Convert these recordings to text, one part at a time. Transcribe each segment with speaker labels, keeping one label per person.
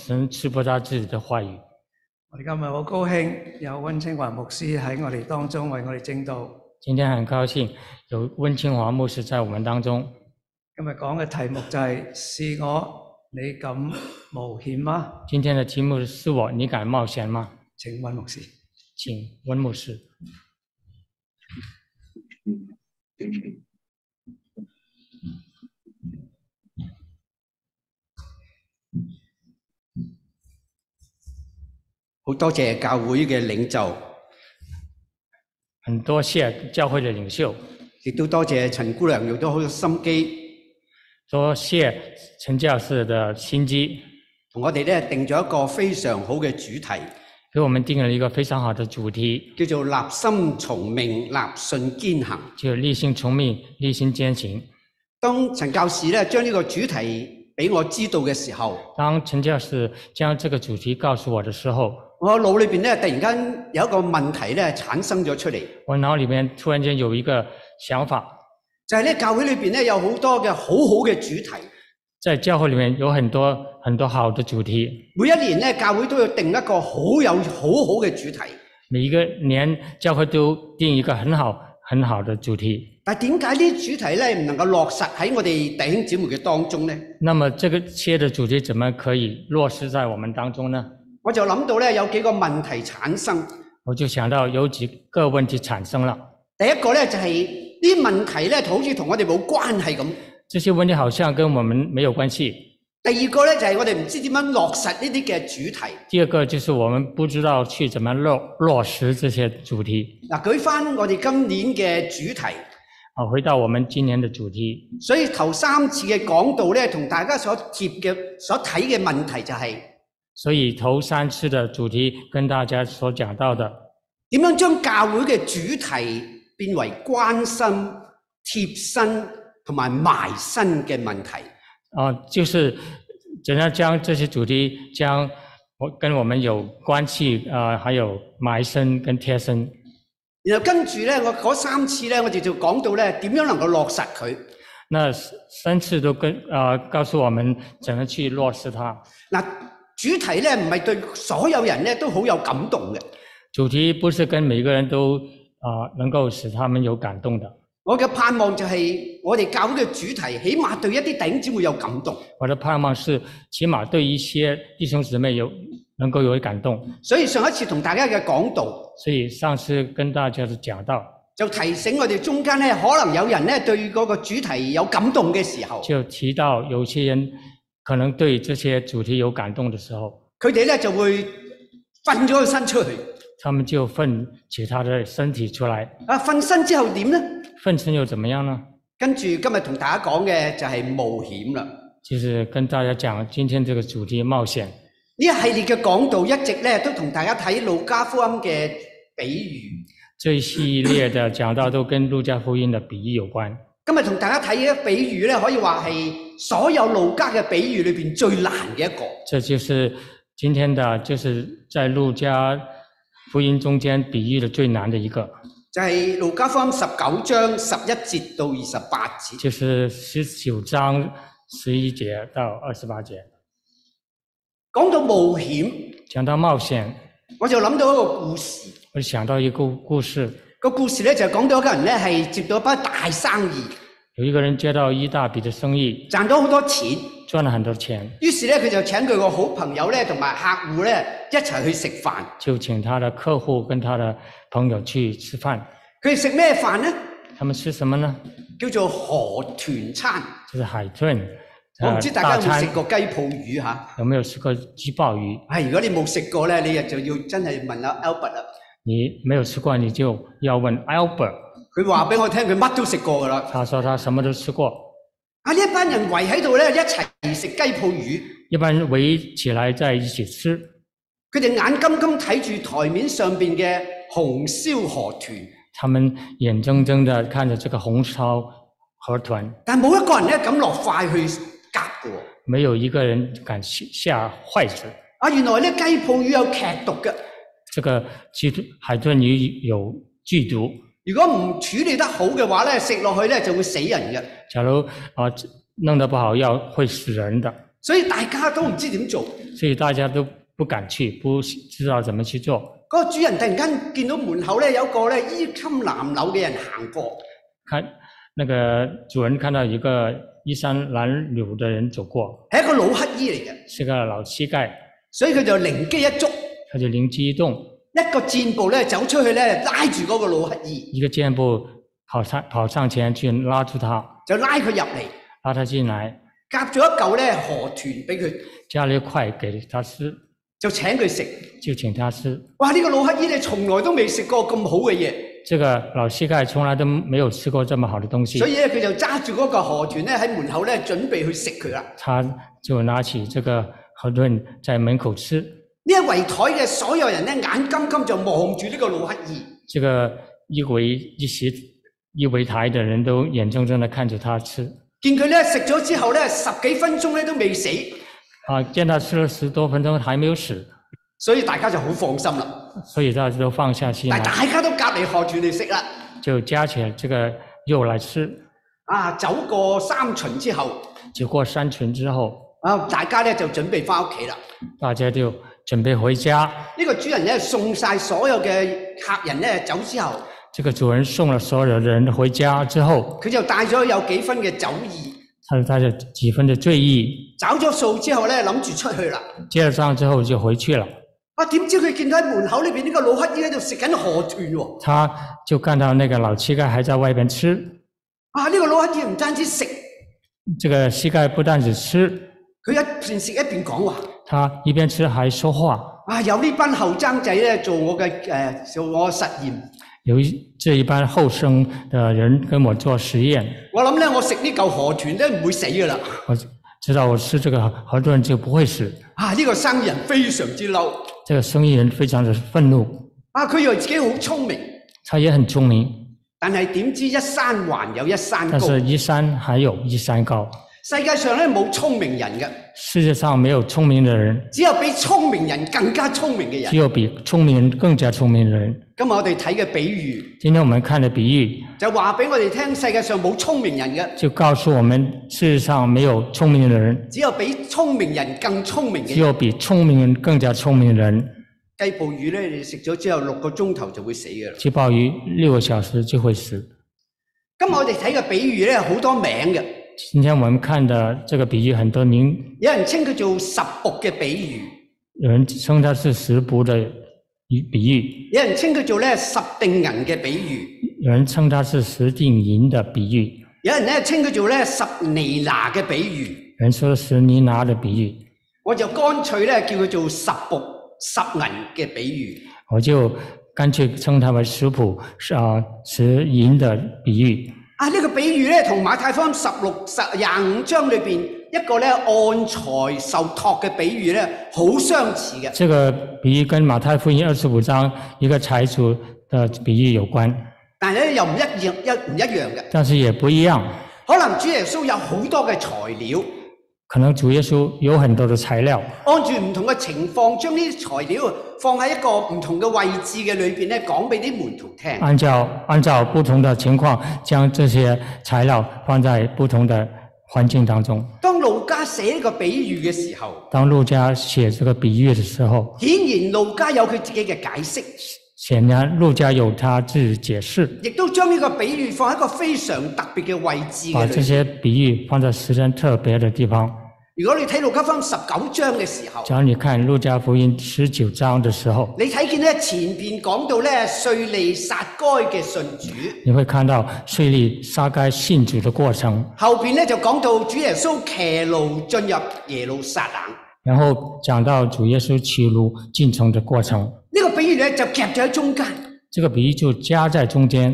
Speaker 1: 神赐福他自己的话语。
Speaker 2: 我哋今日好高興有温清華牧師喺我哋當中為我哋正道。
Speaker 1: 今天很高兴有温清华牧师在我们当中。
Speaker 2: 今日講嘅題目就係、是、是我，你敢冒險嗎？
Speaker 1: 今天的题目是我，你敢冒险吗？
Speaker 2: 請温牧師。
Speaker 1: 请温牧师。
Speaker 3: 好多謝教會嘅領袖，
Speaker 1: 很多谢教会的领袖，
Speaker 3: 亦都多謝陳姑娘用咗好多心機，
Speaker 1: 多谢陈教士的心机，
Speaker 3: 同我哋咧定咗一個非常好嘅主題，
Speaker 1: 给我们定了一个非常好的主题，
Speaker 3: 叫做立心從命，立信堅行。
Speaker 1: 就立心从命，立心坚行。
Speaker 3: 當陳教士咧將呢個主題俾我知道嘅時候，
Speaker 1: 当陈教士将这个主题告诉我的时候，
Speaker 3: 我腦裏邊咧突然間有一個問題咧產生咗出嚟，
Speaker 1: 我脑里面突然间有一个想法，
Speaker 3: 就係、呢教會裏邊咧有好多嘅好好嘅主題，
Speaker 1: 在教会里面有很多很多好的主题，
Speaker 3: 每一年咧教會都要定一個好有好好嘅主題。
Speaker 1: 每一个年教会都定一个很好很好的主题。
Speaker 3: 但點解呢啲主題咧唔能夠落實喺我哋弟兄姊妹嘅當中咧？
Speaker 1: 那么这个切的主题怎么可以落实在我们当中呢？
Speaker 3: 我就諗到咧有幾個問題產生。
Speaker 1: 我就想到有几个问题产生了，
Speaker 3: 第一個咧就係啲問題咧好似同我哋冇關係咁。
Speaker 1: 这些问题好像跟我们没有关系。
Speaker 3: 第二個咧就係我哋唔知點樣落實呢啲嘅主題。
Speaker 1: 第二个就是我们不知道去怎么落落实这些主题。
Speaker 3: 嗱，舉翻我哋今年嘅主題。
Speaker 1: 啊，回到我们今年的主题，
Speaker 3: 所以頭三次嘅講道咧，同大家所貼嘅、所睇嘅問題就係
Speaker 1: 所以头三次的主题跟大家所讲到的
Speaker 3: 點樣將教會嘅主題變為關心、貼身同埋埋身嘅問題。
Speaker 1: 啊、就是怎样将这些主题将我跟我们有关系啊、呃还有埋身跟贴身。
Speaker 3: 然後跟住咧，我嗰三次咧，我哋就講到咧點樣能夠落實佢。
Speaker 1: 那三次都跟啊、告诉我们怎么去落实它。
Speaker 3: 嗱，主題咧唔係對所有人咧都好有感動嘅。
Speaker 1: 主题不是跟每个人都啊、能够使他们有感动的。
Speaker 3: 我嘅盼望就係我哋教會嘅主題，起碼對一啲弟兄姊妹有感動。
Speaker 1: 我的盼望是，起码对一些弟兄姊妹有能够有感动。
Speaker 3: 所以上一次同大家嘅講道，
Speaker 1: 所以上次跟大家都讲到，
Speaker 3: 就提醒我哋中間咧，可能有人咧對嗰個主題有感動嘅時候，
Speaker 1: 就提到有些人可能对这些主题有感动的时候，
Speaker 3: 佢哋咧就會瞓咗個身出去。
Speaker 1: 他们就奋起他的身体出来，
Speaker 3: 啊，瞓身之後點呢？
Speaker 1: 奋身又怎么样呢？
Speaker 3: 跟住今日同大家講嘅就係冒險啦。呢
Speaker 1: 就是跟大家讲今天这个主题冒险。
Speaker 3: 一系列嘅講道一直咧都同大家睇路加福音嘅比喻。
Speaker 1: 这一系列的讲到都跟路加福音的比喻有关。
Speaker 3: 今日同大家睇嘅比喻咧，可以話係所有路家嘅比喻裏面最難嘅一個。
Speaker 1: 这就是今天的，就是在路加福音中间比喻的最难的一个，
Speaker 3: 就係路加福音十九章十一節到二十八節。
Speaker 1: 就是十九章十一节到二十八节，
Speaker 3: 講到冒險，
Speaker 1: 讲到冒险，
Speaker 3: 我就諗到一個故事。
Speaker 1: 我想到一个故事，
Speaker 3: 個故事咧就係講到一個人咧係接到一筆大生意，
Speaker 1: 有一个人接到一大笔的生意，
Speaker 3: 賺咗好多錢。
Speaker 1: 赚了很多钱，
Speaker 3: 於是咧佢就請佢個好朋友咧同埋客戶咧一齊去食飯。
Speaker 1: 就请他的客户跟他的朋友去吃飯。
Speaker 3: 佢哋食咩飯呢？
Speaker 1: 他们吃什么呢？
Speaker 3: 叫做河豚餐。
Speaker 1: 就是海豚，
Speaker 3: 我唔
Speaker 1: 呃
Speaker 3: 知大
Speaker 1: 大
Speaker 3: 家有冇
Speaker 1: 餐
Speaker 3: 食過雞泡魚嚇？
Speaker 1: 有没有吃过鸡鲍鱼？
Speaker 3: 係，如果你冇食過咧，你就要真係問阿 Albert 啦。
Speaker 1: 你没有吃过，你就要问 Albert。
Speaker 3: 佢話俾我聽，佢乜都食過㗎啦。
Speaker 1: 他说他什么都吃過。
Speaker 3: 啊，呢一班人圍喺度咧，一齊食雞泡魚。
Speaker 1: 一般人围起來在一起吃，
Speaker 3: 佢哋眼金金睇住台面上邊嘅紅燒河豚，
Speaker 1: 他們眼睜睜地看着這個紅燒河豚，
Speaker 3: 但冇一個人咧敢落筷去夾㗎喎。
Speaker 1: 沒有一個人敢下下筷子。
Speaker 3: 啊，原來咧雞泡魚有劇毒嘅，
Speaker 1: 這個雞腿海豚魚有劇毒，
Speaker 3: 如果唔處理得好嘅話咧，食落去咧就會死人嘅。
Speaker 1: 呃假如啊、弄得不好要會死人的。
Speaker 3: 所以大家都唔知點做。
Speaker 1: 所以大家都不敢去，不知道怎么去做。
Speaker 3: 嗰個主人突然間見到門口咧有個咧衣襟襤褸嘅人行過，
Speaker 1: 看那个主人看到一个衣衫褴褛的人走过，
Speaker 3: 係一個老乞衣嚟嘅，
Speaker 1: 是个老乞丐，
Speaker 3: 所以佢就靈機一觸，
Speaker 1: 他就灵机一动，
Speaker 3: 一個箭步咧走出去咧，拉住嗰個老乞衣，
Speaker 1: 一个箭步跑上跑上前去拉住他，
Speaker 3: 就拉佢入嚟，
Speaker 1: 拉他进来，
Speaker 3: 夾咗一嚿咧河豚俾佢，
Speaker 1: 加了一块给他吃，
Speaker 3: 就請佢食。
Speaker 1: 就請他吃。
Speaker 3: 哇！呢、個老乞衣咧從來都未食過咁好嘅嘢，
Speaker 1: 这个老乞丐从来都没有吃过这么好的东西
Speaker 3: 所，以咧佢就揸住嗰個河豚咧喺門口咧準備去食佢啦。
Speaker 1: 他就拿起这个河豚在门口吃。
Speaker 3: 呢一圍台嘅所有人咧眼金金就望住呢個老乞衣。
Speaker 1: 这个一围一席一围台的人都眼睁睁地看着他吃。
Speaker 3: 見佢咧食咗之後咧，十幾分鐘咧都未死，
Speaker 1: 啊，见他吃了十多分钟还没有死，
Speaker 3: 所以大家就好放心啦。
Speaker 1: 所以大家都放下心
Speaker 3: 但
Speaker 1: 来，
Speaker 3: 大家都隔離喝住你食啦。
Speaker 1: 就夹起了这个肉来吃。
Speaker 3: 啊，走過三巡之後，
Speaker 1: 结果三群之后，
Speaker 3: 啊，大家咧就準備翻屋企啦。
Speaker 1: 大家就准备回家。
Speaker 3: 呢、個主人咧送晒所有嘅客人咧走之後，
Speaker 1: 这个主人送了所有的人回家之后，
Speaker 3: 佢就帶咗有幾分嘅酒意，
Speaker 1: 他他就几分的醉意，
Speaker 3: 找咗數之後咧諗住出去啦。
Speaker 1: 结了账之后就回去了。
Speaker 3: 啊，點知佢見到喺門口裏邊呢個老乞衣喺度食緊河豚喎。
Speaker 1: 他就看到那个老乞丐还在外边吃，
Speaker 3: 啊，呢、個老乞衣唔單止食，
Speaker 1: 这个乞丐不但只吃，
Speaker 3: 佢一邊食一邊講話。
Speaker 1: 他一边吃还说话。
Speaker 3: 啊！有呢班後生仔咧做我嘅誒、呃做我嘅實驗，
Speaker 1: 有一这一班后生的人跟我做实验，
Speaker 3: 我諗咧我食呢嚿河豚咧唔會死噶啦。
Speaker 1: 我知道我吃这个河豚就不会死。
Speaker 3: 啊！呢、個生意人非常之嬲，
Speaker 1: 这个生意人非常的愤怒，
Speaker 3: 啊！佢以為自己好聰明，
Speaker 1: 他也很聪明，
Speaker 3: 但係點知一山還有一山
Speaker 1: 但
Speaker 3: 高，
Speaker 1: 是一山还有一山高，
Speaker 3: 世界上咧冇聰明人嘅，
Speaker 1: 世界上没有聪明的人，
Speaker 3: 只有比聰明人更加聰明嘅人
Speaker 1: 只。有比聪明人更加聪明的人。
Speaker 3: 今日我哋睇嘅比喻
Speaker 1: 今天我们看的比喻，
Speaker 3: 就話俾我哋聽，世界上冇聰明人嘅，
Speaker 1: 就告诉我们世界上没有聪明的人，
Speaker 3: 只有比聰明人更聰明嘅
Speaker 1: 只
Speaker 3: 人。
Speaker 1: 有比聰明人更加聰明的人。
Speaker 3: 雞泡魚咧，你食咗之後六個鐘頭就會死嘅啦。
Speaker 1: 吃鲍鱼六个小时就会死。
Speaker 3: 今日我哋睇嘅比喻咧，好多名嘅。
Speaker 1: 今天我们看的这个比喻，很多名
Speaker 3: 有人稱佢做十仆嘅比喻，
Speaker 1: 有人称它是食补的比比喻，
Speaker 3: 有人稱佢做咧十定銀嘅比喻，
Speaker 1: 有人称它是十锭银的比喻，
Speaker 3: 有人咧稱佢做咧十尼拿嘅比喻。
Speaker 1: 有人说是尼拿的比喻，
Speaker 3: 我就乾脆咧叫佢做十仆十銀嘅比喻。
Speaker 1: 我就干脆称它为食谱是啊食银的比喻。
Speaker 3: 啊，呢、個比喻咧同馬太福音十六十廿五章裏邊一個咧按財受託嘅比喻咧好相似嘅。
Speaker 1: 这个比喻跟马太福音二十五章一个财主的比喻有关，
Speaker 3: 但係咧又唔一樣一唔一樣嘅。
Speaker 1: 但是也不一样。
Speaker 3: 可能主耶穌有好多嘅材料，
Speaker 1: 可能主耶稣有很多的材料，
Speaker 3: 按住唔同嘅情況，將呢啲材料放喺一個唔同嘅位置嘅裏邊咧，講俾啲門徒聽。
Speaker 1: 按照按照不同的情况，将这些材料放在不同的环境当中。
Speaker 3: 當路加寫呢個比喻嘅時候，
Speaker 1: 当陆家写这个比喻的时候，
Speaker 3: 顯然路加有佢自己嘅解釋，
Speaker 1: 显然陆家有他自己解释，
Speaker 3: 亦都將呢個比喻放喺一個非常特別嘅位置
Speaker 1: 把
Speaker 3: 嘅
Speaker 1: 这
Speaker 3: 裏。
Speaker 1: 些比喻放在十分特别的地方。
Speaker 3: 如果你睇路加福音十九章嘅時候，
Speaker 1: 假如你看陆家福音十九章的时候，
Speaker 3: 你睇見咧前邊講到咧税利撒該嘅信主，
Speaker 1: 你会看到税吏杀该信主的过程，
Speaker 3: 後邊咧就講到主耶穌騎驢進入耶路撒冷。
Speaker 1: 然后讲到主耶稣骑驴进城的过程。
Speaker 3: 呢、個比喻咧就夾咗喺中間，
Speaker 1: 这个比喻就夹在中间，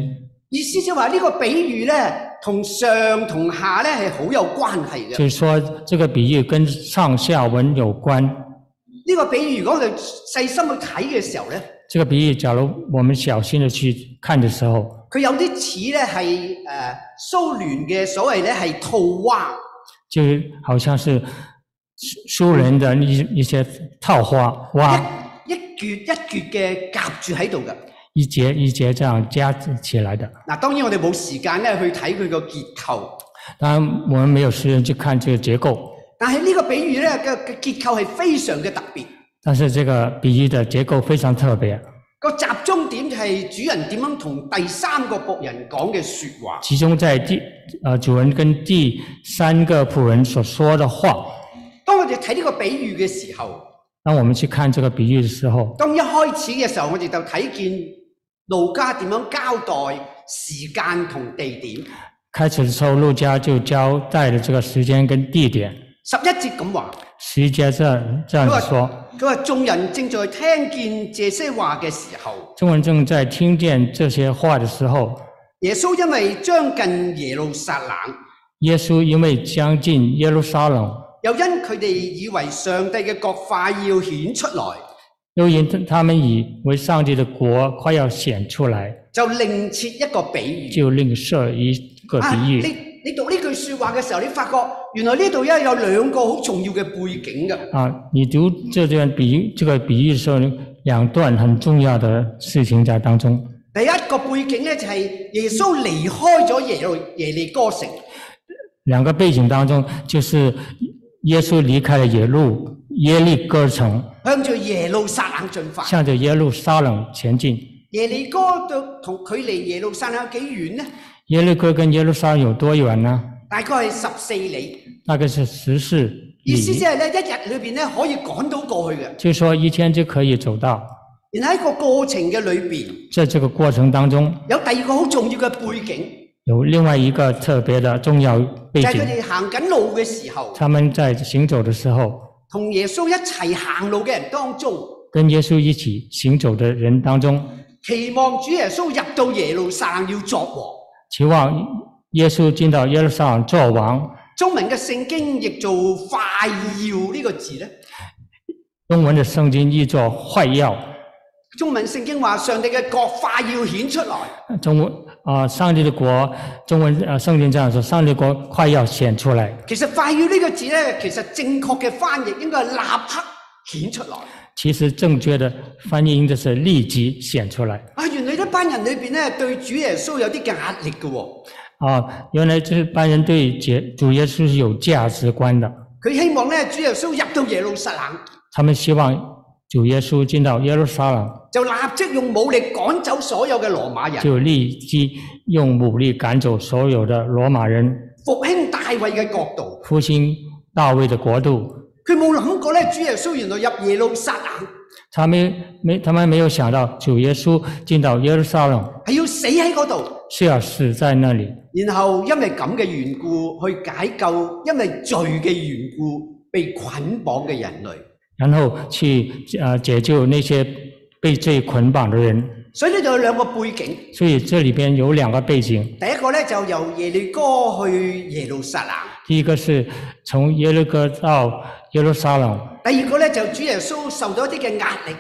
Speaker 3: 意思就話呢個比喻咧同上同下咧係好有關係嘅。
Speaker 1: 就是说这个比喻跟上下文有关。
Speaker 3: 呢、個比喻如果我哋細心去睇嘅時候咧。
Speaker 1: 这个比喻，假如我们小心的去看的时候，
Speaker 3: 佢有啲似咧係誒蘇聯嘅所謂咧係套娃，
Speaker 1: 就好像是书人的一一些套花哇，
Speaker 3: 一一橛一橛嘅夾住喺度嘅。
Speaker 1: 一节一节这样加起来的。
Speaker 3: 嗱，當然我哋冇時間咧去睇佢個結構，
Speaker 1: 当然，我们没有时间去看这个结构，
Speaker 3: 但係呢個比喻咧嘅嘅結構係非常嘅特別，
Speaker 1: 但是这个比喻的结构非常特别，
Speaker 3: 個集中點就係主人點樣同第三個仆人講嘅説話。
Speaker 1: 集中在第呃主人跟第三个仆人所说的话。
Speaker 3: 當我哋睇呢個比喻嘅時候，
Speaker 1: 当我们去看这个比喻的时候，
Speaker 3: 當一開始嘅時候，我哋就睇見路加點樣交代時間同地點。
Speaker 1: 开始的时候，陆家就交代了这个时间跟地点。
Speaker 3: 十一節咁話，
Speaker 1: 十一节这样这样
Speaker 3: 佢
Speaker 1: 子
Speaker 3: 話
Speaker 1: 说：
Speaker 3: 佢話眾人正在聽見這些話嘅時候，
Speaker 1: 众人正在听见这些话的时候，
Speaker 3: 耶穌因為將近耶路撒冷，
Speaker 1: 耶稣因为将近耶路撒冷，
Speaker 3: 又因佢哋以為上帝嘅國快要顯出來，
Speaker 1: 又因他们以为上帝的国快要显出来，
Speaker 3: 就另設一個比喻。
Speaker 1: 就另设一个
Speaker 3: 啊，
Speaker 1: 比喻。
Speaker 3: 你你讀呢句説話嘅時候，你發覺原來呢度咧有兩個好重要嘅背景㗎。
Speaker 1: 啊，你读这段比喻这个比喻的时候，两段很重要的事情在当中。
Speaker 3: 第一個背景咧就係耶穌離開咗耶路耶利哥城，
Speaker 1: 两个背景当中，就是耶稣离开了耶路耶利哥城，
Speaker 3: 向住耶路撒冷進發。
Speaker 1: 向着耶路撒冷前进。
Speaker 3: 耶利哥到同距離耶路撒冷有幾遠呢？
Speaker 1: 耶利哥跟耶路撒冷有多远呢？
Speaker 3: 大概係十四里，
Speaker 1: 大概是十四
Speaker 3: 意思即
Speaker 1: 里，
Speaker 3: 係咧一日裏面咧可以趕到過去嘅。
Speaker 1: 就说一天就可以走到。
Speaker 3: 然後喺個過程嘅裏面，
Speaker 1: 在这个过程当中，
Speaker 3: 有第二個好重要嘅背景，
Speaker 1: 有另外一个特别的重要背
Speaker 3: 就係
Speaker 1: 景
Speaker 3: 佢，哋行緊路嘅時候，
Speaker 1: 他们在行走的时候，
Speaker 3: 同耶穌一齊行路嘅人當中，
Speaker 1: 跟耶稣一起行走的人当中，
Speaker 3: 期望主耶穌入到耶路撒冷要作王。
Speaker 1: 期望耶稣进到耶路撒冷做王。
Speaker 3: 中文嘅聖經譯做快要呢個字咧。
Speaker 1: 中文的圣经译作“坏药
Speaker 3: 中文聖經話：上帝嘅國快要顯出來，”，
Speaker 1: 中文啊、上帝的国，中文啊、圣经这样说，上帝的国快要显出来。
Speaker 3: 其實快要呢個字呢，其實正確嘅翻譯應該係立刻顯出來。
Speaker 1: 其实正确的翻译应该是立即显出来。
Speaker 3: 啊，原來呢班人裏面呢，對主耶穌有啲嘅壓力嘅喎、
Speaker 1: 啊，原来这班人对解主耶稣是有价值观的，
Speaker 3: 佢希望呢，主耶穌入到耶路撒冷，
Speaker 1: 他们希望主耶稣进到耶路撒冷，
Speaker 3: 就立即用武力趕走所有嘅羅馬人，
Speaker 1: 就立即用武力赶走所有的罗马人，
Speaker 3: 復興大衛嘅國度。
Speaker 1: 复兴大卫的国度。
Speaker 3: 佢冇諗過呢，主耶穌原來入耶路撒冷
Speaker 1: 他们没，他们没有想到主耶稣进到耶路撒冷
Speaker 3: 係要死喺嗰度，
Speaker 1: 是要死在那里，
Speaker 3: 然後因為咁嘅緣故去解救，因為罪嘅緣故被捆綁嘅人類。
Speaker 1: 然后去呃解救那些被罪捆绑的人。
Speaker 3: 所以呢度有兩個背景，
Speaker 1: 所以这里边有两个背景，
Speaker 3: 第一個呢，就由耶利哥去耶路撒冷，
Speaker 1: 第一个是从耶路哥到耶路撒冷，
Speaker 3: 第二個呢，就主耶穌受咗一啲嘅壓力，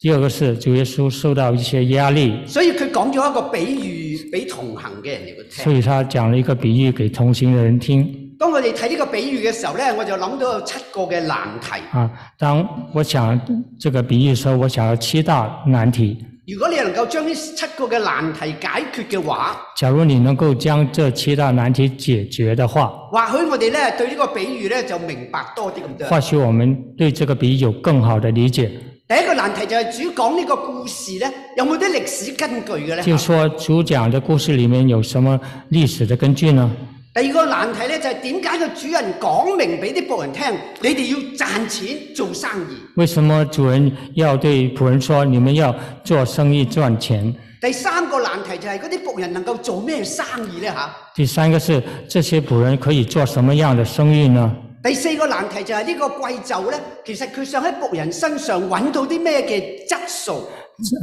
Speaker 1: 第二个是主耶稣受到一些压力，
Speaker 3: 所以佢講咗一個比喻俾同行嘅人嚟到
Speaker 1: 所
Speaker 3: 聽。
Speaker 1: 以他讲了一个比喻给同行的人听
Speaker 3: 當我哋睇呢個比喻嘅時候呢，我就諗到有七個嘅難題。
Speaker 1: 啊。当我想这个比喻的时候，我想要七大难题。
Speaker 3: 如果你能夠將呢七個嘅難題解決嘅話，
Speaker 1: 假如你能够将这七大难题解决的话，
Speaker 3: 或許我哋呢對呢個比喻呢就明白多啲咁多
Speaker 1: 或。许我们对这个比喻有更好的理解。
Speaker 3: 第一個難題就係主講呢個故事呢，有冇啲歷史根據嘅呢？
Speaker 1: 就说主讲的故事里面有什么历史的根据呢？
Speaker 3: 第二個難題咧就係點解個主人講明俾啲仆人聽，你哋要賺錢做生意。
Speaker 1: 为什么主人要对仆人说你们要做生意赚钱？
Speaker 3: 第三個難題就係嗰啲仆人能夠做咩生意呢？吓，
Speaker 1: 第三个是这些仆人可以做什么样的生意呢？
Speaker 3: 第四個難題就係呢個貴冑呢，其實佢想喺仆人身上揾到啲咩嘅質素。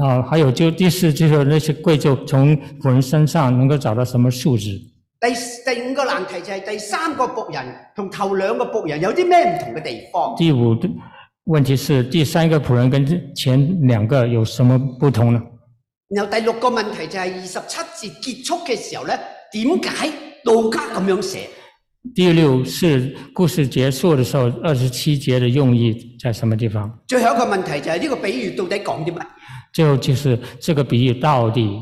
Speaker 1: 啊，还有就第四就是那些贵族从仆人身上能够找到什么素质？
Speaker 3: 第第五個難題就係第三個仆人同頭兩個仆人有啲咩唔同嘅地方。
Speaker 1: 第五的问题是第三个仆人跟前两个有什么不同呢？
Speaker 3: 然後第六個問題就係二十七節結束嘅時候呢，點解路加咁樣寫？
Speaker 1: 第六是故事结束的时候，二十七节的用意在什么地方？
Speaker 3: 最後一個問題就係呢個比喻到底講啲乜？
Speaker 1: 最后就是这个比喻到底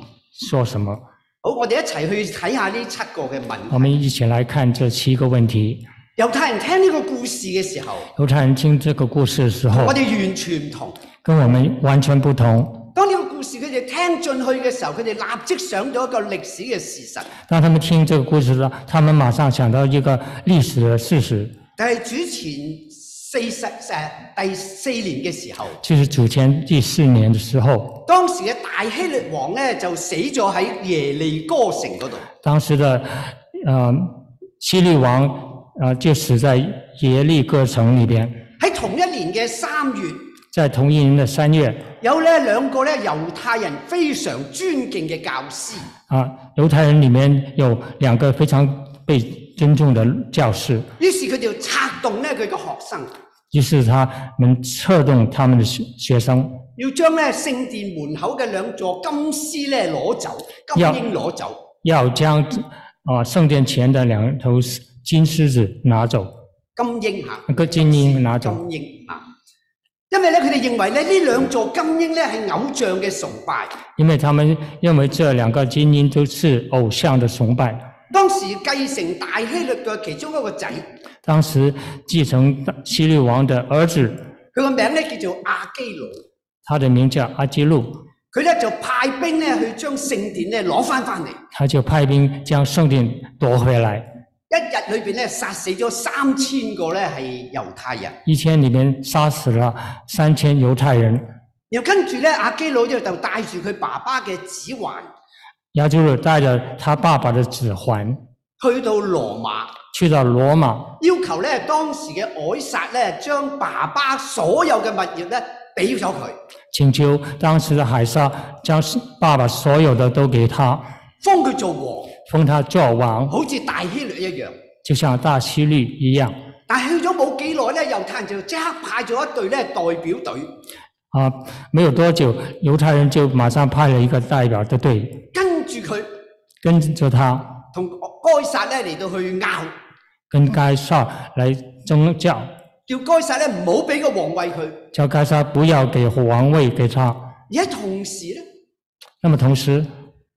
Speaker 1: 说什么？
Speaker 3: 好，我哋一齊去睇下呢七個嘅問題。
Speaker 1: 我们一起来看这七个问题。
Speaker 3: 猶太人聽呢個故事嘅時候，
Speaker 1: 犹太人听这个故事的时候
Speaker 3: 我，哋完全唔同。
Speaker 1: 跟我们完全不同。
Speaker 3: 當呢個故事佢哋聽進去嘅時候，佢哋立即想到一個歷史嘅事實。
Speaker 1: 当他们听这个故事的时候，他们马上想到一个历史的事实，
Speaker 3: 但係主前四十誒第四年嘅時候，
Speaker 1: 就是主前第四年的时候，
Speaker 3: 當時嘅大希律王咧就死咗喺耶利哥城嗰度。
Speaker 1: 当时的呃希律王呃就死在耶利哥城里边。
Speaker 3: 喺同一年嘅三月，
Speaker 1: 在同一年的三月，
Speaker 3: 有咧兩個咧猶太人非常尊敬嘅教師，
Speaker 1: 啊，犹太人里面有两个非常被尊重的教士，
Speaker 3: 於是佢哋就策動咧佢嘅學生，
Speaker 1: 于是他们策动他们的学学生，
Speaker 3: 要將咧聖殿門口嘅兩座金絲咧攞走，金
Speaker 1: 有
Speaker 3: 鷹攞走。
Speaker 1: 要将啊、圣殿前的两头金狮子拿走，
Speaker 3: 金鷹嚇，
Speaker 1: 那个金鹰拿
Speaker 3: 金
Speaker 1: 走，
Speaker 3: 鷹啊！因為咧，佢哋認為咧呢兩座金鷹咧係偶像嘅崇拜。
Speaker 1: 因为他们认为这两个金鹰都是偶像的崇拜。
Speaker 3: 當時繼承大希律嘅其中一個仔，佢
Speaker 1: 当时继承希律王的儿子，
Speaker 3: 個名咧叫做阿基魯，
Speaker 1: 他的名叫阿基路，
Speaker 3: 佢咧就派兵咧去將聖殿咧攞翻翻嚟，
Speaker 1: 他就派兵将圣殿夺回来。
Speaker 3: 一日裏邊咧殺死咗三千個咧係猶太人。
Speaker 1: 一天里面杀死了三千犹太人。
Speaker 3: 然後跟住咧，阿基魯就就帶住佢爸爸嘅指環
Speaker 1: 亚基鲁带着他爸爸的指环
Speaker 3: 去到羅馬，
Speaker 1: 去到罗马，
Speaker 3: 要求咧當時嘅凱撒咧將爸爸所有嘅物業咧俾咗佢。
Speaker 1: 请求当时的海撒将爸爸所有的都给他，
Speaker 3: 封佢做王，
Speaker 1: 封他做王，
Speaker 3: 好似大希律一樣。
Speaker 1: 就像大希律一样。
Speaker 3: 但係去咗冇幾耐咧，猶太人就即刻派咗一隊咧代表隊，
Speaker 1: 啊，没有多久，犹太人就马上派了一个代表的队
Speaker 3: 跟住佢
Speaker 1: 跟着他，
Speaker 3: 同該撒咧嚟到去拗，
Speaker 1: 跟该撒来争教，
Speaker 3: 叫該撒咧唔好俾個皇位佢。
Speaker 1: 叫该撒不要给王位给他。
Speaker 3: 而喺同時咧，
Speaker 1: 那么同时，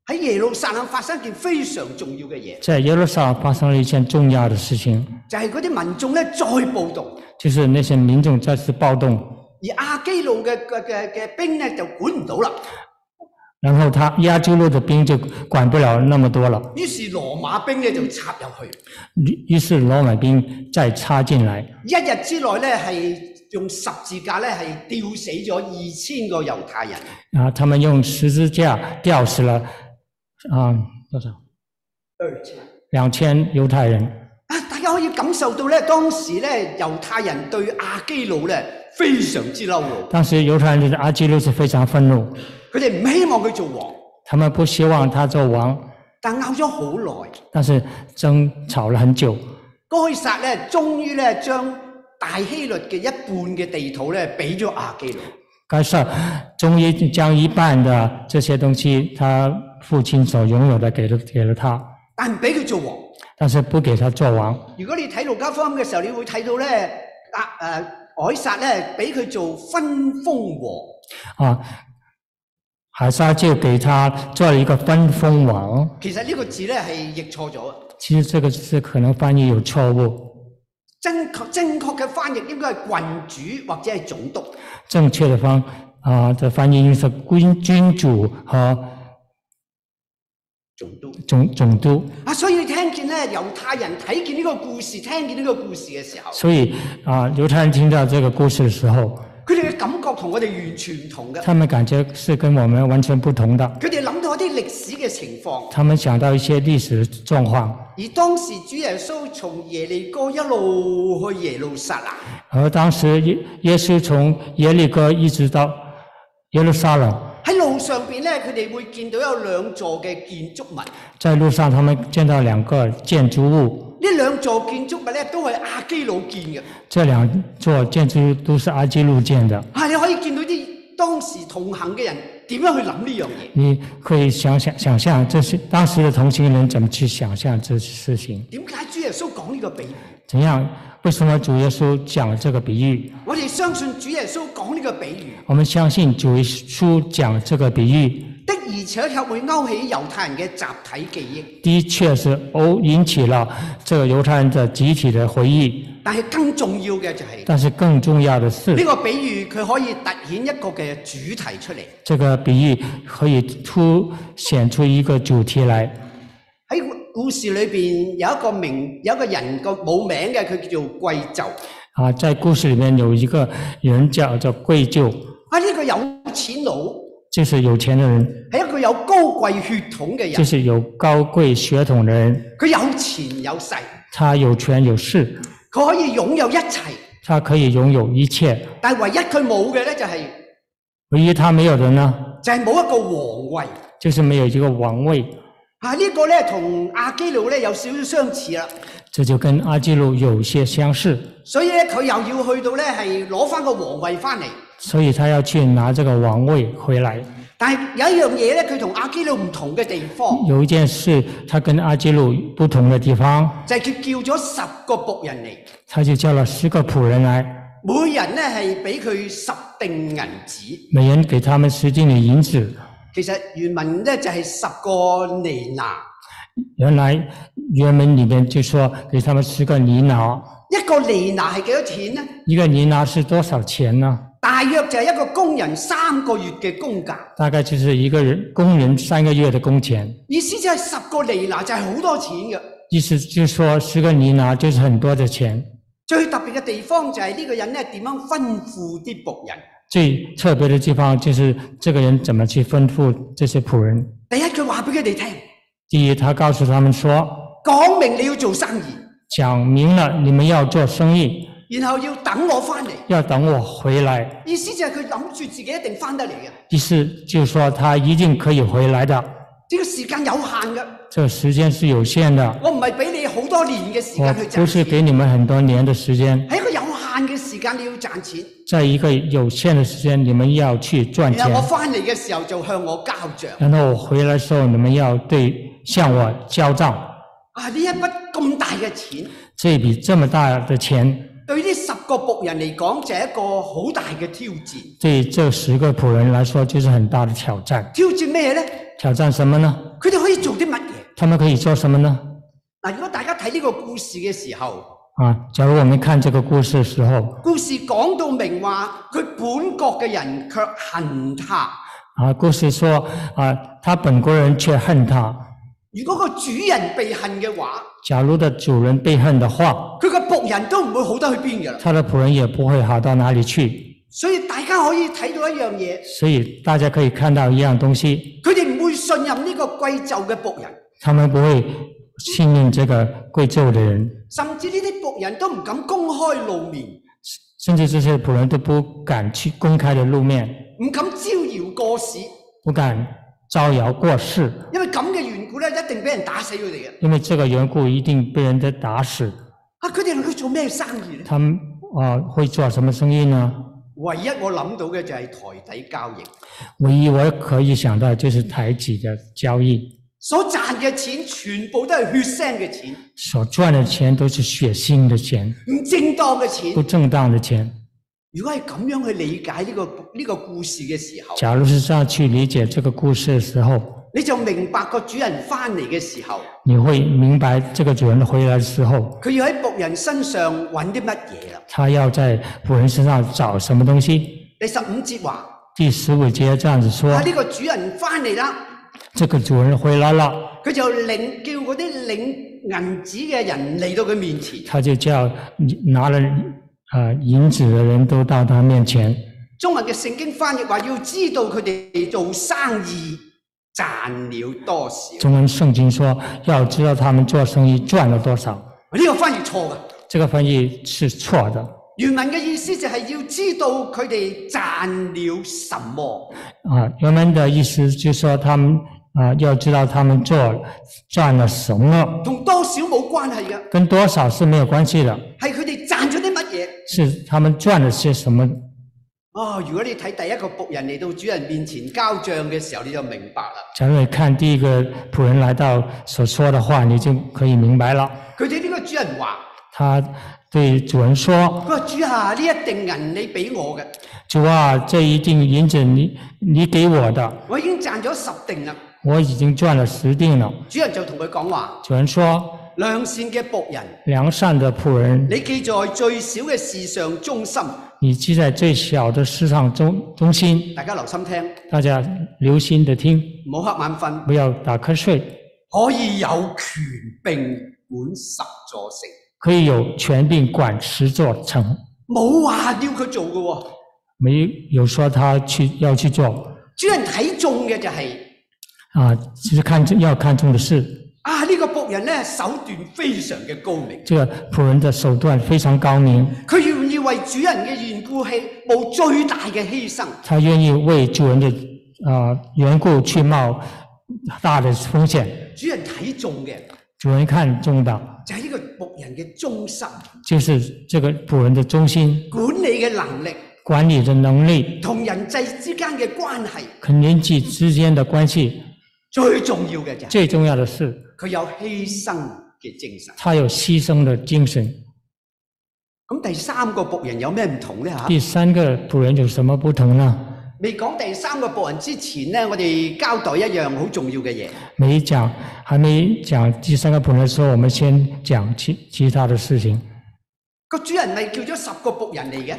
Speaker 3: 喺耶路撒冷發生一件非常重要嘅嘢，
Speaker 1: 在耶路撒冷发生了一件重要的事情，
Speaker 3: 就係嗰啲民眾咧再暴動，
Speaker 1: 就是那些民众再次暴动，
Speaker 3: 而阿基路嘅嘅嘅嘅兵咧就管唔到啦。
Speaker 1: 然后他亚基路的兵就管不了那么多了，
Speaker 3: 於是羅馬兵咧就插入去，
Speaker 1: 于于是罗马兵再插进来，
Speaker 3: 一日之內咧係用十字架咧係吊死咗二千個猶太人。
Speaker 1: 然啊后他们用十字架吊死了啊、多少
Speaker 3: 二千
Speaker 1: 两千犹太人，
Speaker 3: 啊！大家可以感受到咧，當時咧猶太人對亞基魯咧非常之嬲怒，
Speaker 1: 当时犹太人的阿基路是非常愤怒，
Speaker 3: 佢哋唔希望佢做王，
Speaker 1: 他们不希望他做王，
Speaker 3: 但拗咗好耐，
Speaker 1: 但是争吵了很久，
Speaker 3: 該撒咧終於咧將大希律嘅一半嘅地土咧俾咗亞基魯，
Speaker 1: 该撒终于将一半的这些东西，他父亲所拥有的给了给了他，
Speaker 3: 但唔俾佢做王。
Speaker 1: 但是不给他做王。
Speaker 3: 如果你睇路加福音嘅時候，你會睇到咧亞誒凱撒咧俾佢做分封王，
Speaker 1: 啊，海沙就给他做了一个分封王。
Speaker 3: 其實呢個字咧係譯錯咗啊！
Speaker 1: 其实这个是可能翻译有错误，
Speaker 3: 正確正確嘅翻譯應該係郡主或者係總督。
Speaker 1: 正确的方啊的翻译应是君君主和
Speaker 3: 總督
Speaker 1: 总总督。
Speaker 3: 啊，所以你聽見咧猶太人睇見呢個故事，聽見呢個故事嘅時候，
Speaker 1: 所以啊，犹太人听到这个故事的时候，
Speaker 3: 佢哋嘅感覺同我哋完全唔同嘅。
Speaker 1: 他们感觉是跟我们完全不同的。
Speaker 3: 佢哋諗到一啲歷史嘅情況，
Speaker 1: 他们想到一些历史状况，
Speaker 3: 而當時主耶穌從耶利哥一路去耶路撒冷，
Speaker 1: 而当时耶耶稣从耶利哥一直到耶路撒冷，
Speaker 3: 喺路上邊咧，佢哋會見到有兩座嘅建築物，呢
Speaker 1: 在路上他们见到两个建筑物，
Speaker 3: 兩座建築物咧都係亞基魯建嘅。
Speaker 1: 这两座建筑都是阿基路建的，
Speaker 3: 啊，你可以見到啲當時同行嘅人點樣去諗呢樣嘢，
Speaker 1: 你可以想想想象这些当时的同行人怎么去想象这事情，
Speaker 3: 點解主耶穌講呢個比喻？
Speaker 1: 怎样？为什么主耶稣讲这个比喻？
Speaker 3: 我哋相信主耶穌講呢個比喻。
Speaker 1: 我们相信主耶稣讲这个比喻，
Speaker 3: 的而且卻會勾起猶太人嘅集體記憶。
Speaker 1: 的确是哦引起了这个犹太人的集体的回忆。
Speaker 3: 但係更重要嘅就係、
Speaker 1: 但是更重要的
Speaker 3: 呢
Speaker 1: 是，
Speaker 3: 個比喻佢可以突顯一個嘅主題出嚟。
Speaker 1: 这个比喻可以凸显出一个主题来。
Speaker 3: 喺故事裏邊有一個名有一個人個冇名嘅，佢叫做貴就。
Speaker 1: 啊，在故事里面有一个人叫做贵舅，
Speaker 3: 啊，呢、個有錢佬
Speaker 1: 就是有錢的人，
Speaker 3: 係一個有高貴血統嘅
Speaker 1: 就
Speaker 3: 人，
Speaker 1: 是有高貴血統的人，
Speaker 3: 佢有錢有勢，
Speaker 1: 他有權有勢，
Speaker 3: 佢可以擁有一切。
Speaker 1: 他可以擁有一切。
Speaker 3: 但係唯一佢冇嘅咧就係、
Speaker 1: 唯一他没有的呢，
Speaker 3: 就係冇一個皇位。
Speaker 1: 就是没有一个王位。
Speaker 3: 啊，呢、個咧同阿基路咧有少少相似啦。
Speaker 1: 这就跟阿基路有些相似，
Speaker 3: 所以咧，佢又要去到咧係攞翻個皇位翻嚟。
Speaker 1: 所以他要去拿这個王位回來。
Speaker 3: 但係有一樣嘢咧，佢同阿基路唔同嘅地方，
Speaker 1: 有一件事，他跟阿基路不同的地方，
Speaker 3: 就係佢叫咗十個仆人嚟，
Speaker 1: 他就叫了十個仆人來，
Speaker 3: 每人咧係俾佢十锭銀子。
Speaker 1: 每人給他們十斤的銀子。
Speaker 3: 其實原文咧就係十個尼拿，
Speaker 1: 原來原文里面就說給他們十個尼拿，
Speaker 3: 一個尼拿係幾多錢呢？
Speaker 1: 一個尼拿是多少錢呢？
Speaker 3: 大約就係一個工人三個月嘅工價。
Speaker 1: 大概就是一个人工人三個月的工錢。
Speaker 3: 意思就係十個尼拿就係好多錢嘅。
Speaker 1: 意思就是說十個尼拿就是很多的錢。
Speaker 3: 最特別嘅地方就係呢個人咧點樣吩咐啲仆人。
Speaker 1: 最特別的地方就是這個人怎麼去吩咐這些仆人。
Speaker 3: 第一，佢話俾佢哋聽，
Speaker 1: 第一，他告訴他們說，
Speaker 3: 講明你要做生意，
Speaker 1: 講明了你們要做生意，
Speaker 3: 然後要等我翻嚟。
Speaker 1: 要等我回來。
Speaker 3: 意思就係佢諗住自己一定翻得嚟嘅，呢、
Speaker 1: 意思就是說他一定可以回來的，
Speaker 3: 個時間有限嘅，
Speaker 1: 这個時間是有限的，
Speaker 3: 我唔係俾你好多年嘅時
Speaker 1: 我
Speaker 3: 間去
Speaker 1: 不
Speaker 3: 賺
Speaker 1: 呃是
Speaker 3: 錢，
Speaker 1: 給你們很多年的時間，
Speaker 3: 係一個有限嘅時間你要賺錢，
Speaker 1: 在一個有限的時間，你們要去賺
Speaker 3: 然後我
Speaker 1: 錢，
Speaker 3: 翻嚟嘅時候就向我交帳。
Speaker 1: 然後我回來的時候，你們要對向我交賬。
Speaker 3: 啊！呢一筆咁大嘅錢，
Speaker 1: 這筆這麼大的錢，
Speaker 3: 對呢十個仆人嚟講就係一個好大嘅挑戰。
Speaker 1: 對這十個仆人來說就是很大的挑戰。
Speaker 3: 挑戰咩呢？
Speaker 1: 挑戰什麼呢？
Speaker 3: 佢哋可以做啲乜嘢？
Speaker 1: 他們可以做什麼呢？
Speaker 3: 嗱，如果大家睇呢個故事嘅時候，
Speaker 1: 啊，假如我們看這個故事的時候，
Speaker 3: 故事講到明話，佢本國嘅人卻恨他。
Speaker 1: 啊，故事說啊，他本國人卻恨他。
Speaker 3: 如果個主人被恨嘅話，
Speaker 1: 假如的主人被恨的話，
Speaker 3: 佢個仆人都唔會好得去邊㗎啦。
Speaker 1: 他的仆人也不會好到哪裡去。
Speaker 3: 所以大家可以睇到一樣嘢，
Speaker 1: 所以大家可以看到一樣東西，
Speaker 3: 佢哋唔會信任呢個貴胄嘅仆人，
Speaker 1: 他們不會信任這個貴胄的人，
Speaker 3: 甚至呢啲仆人都唔敢公開露面，
Speaker 1: 甚至這些仆人都不敢去公開的露面，
Speaker 3: 唔敢招搖過市，
Speaker 1: 不敢招搖過市，
Speaker 3: 因為咁嘅緣故咧，一定俾人打死佢哋嘅。
Speaker 1: 因為這個緣故一定被人家打死。
Speaker 3: 啊，佢哋能夠做咩生意咧？
Speaker 1: 他們啊、會做什麼生意呢？
Speaker 3: 唯一我諗到嘅就係台底交易，
Speaker 1: 唯一我可以想到就是台企的交易，
Speaker 3: 所賺嘅錢全部都係血腥嘅錢，
Speaker 1: 所賺的錢都是血腥的錢，
Speaker 3: 唔正當嘅錢
Speaker 1: 不。正當的錢。
Speaker 3: 如果係咁樣去理解呢、個呢、個故事嘅時候，
Speaker 1: 假如是这样去理解這個故事的時候，
Speaker 3: 你就明白個主人翻嚟嘅時候，
Speaker 1: 你會明白這個主人回來的時候，
Speaker 3: 佢要喺仆人身上揾啲乜嘢啦。
Speaker 1: 他要在仆人身上找什麼東西。
Speaker 3: 第十五節話：
Speaker 1: 第十五節這樣子
Speaker 3: 啊，
Speaker 1: 說
Speaker 3: 呢、，個主人翻嚟啦，
Speaker 1: 這個主人回來了，
Speaker 3: 佢就領叫嗰啲領銀子嘅人嚟到佢面前，
Speaker 1: 他就叫拿了啊銀子的人都到他面前。
Speaker 3: 中文嘅聖經翻譯話要知道佢哋做生意賺了多少。
Speaker 1: 中文聖經說，要知道他們做生意賺了多少。
Speaker 3: 呢、個翻譯錯㗎。
Speaker 1: 這個翻譯是錯的。
Speaker 3: 原文嘅意思就係要知道佢哋賺了什麼。
Speaker 1: 啊，原文的意思就是说他们啊，要知道他们做赚了什么，
Speaker 3: 同多少冇關係嘅，
Speaker 1: 跟多少是没有關係的，
Speaker 3: 係佢哋賺咗啲乜嘢。
Speaker 1: 是他们赚了些什么。
Speaker 3: 哦，如果你睇第一個仆人嚟到主人面前交帳嘅時候，你就明白啦。
Speaker 1: 假如你看第一个仆人来到所说的话，你就可以明白了。
Speaker 3: 佢哋呢個主人話：
Speaker 1: 他对主人说
Speaker 3: 佢話：主啊，呢一定銀你俾我嘅，：“
Speaker 1: 主啊，这一锭银子你你给我的，
Speaker 3: 我已經賺咗十定啦。
Speaker 1: 我已经赚了十锭了。
Speaker 3: 主人就同佢講話：”
Speaker 1: 主人说
Speaker 3: 良善嘅仆人，：“
Speaker 1: 良善的仆人，
Speaker 3: 你記在最小嘅事上忠心。
Speaker 1: 你既在最小的事上忠忠心，
Speaker 3: 大家留心聽，
Speaker 1: 大家留心的听，
Speaker 3: 唔好瞌眼瞓。
Speaker 1: 不要打瞌睡，
Speaker 3: 可以有權並管十座城，
Speaker 1: 可以有权柄管十座城。”
Speaker 3: 冇話要佢做嘅喎。
Speaker 1: 没有说他去要去做
Speaker 3: 主人睇中嘅就係、
Speaker 1: 啊，其实看重要看重的是
Speaker 3: 啊，呢、個仆人咧手段非常嘅高明，
Speaker 1: 这个仆人的手段非常高明，
Speaker 3: 佢願意為主人嘅緣故係冒最大嘅犧牲。
Speaker 1: 他愿意为主人的啊、缘故去冒大的风险。
Speaker 3: 主人睇中嘅
Speaker 1: 主人看重的
Speaker 3: 就係呢個仆人嘅忠心、
Speaker 1: 就是这个仆人的忠心、
Speaker 3: 管理嘅能力、
Speaker 1: 管理的能力、
Speaker 3: 同人際之間嘅關係。
Speaker 1: 和人际之间的关系。
Speaker 3: 最重要嘅就係
Speaker 1: 最重要的是，
Speaker 3: 佢有犧牲嘅精神。
Speaker 1: 他有牺牲的精神。
Speaker 3: 咁第三個仆人有咩唔同呢？嚇？
Speaker 1: 第三个仆人有什么不同呢？
Speaker 3: 未講第三個仆人之前呢，我哋交代一樣好重要嘅嘢。
Speaker 1: 没讲，还没讲第三个仆人的时候，我们先讲其其他的事情。
Speaker 3: 個主人咪叫咗十個仆人嚟嘅，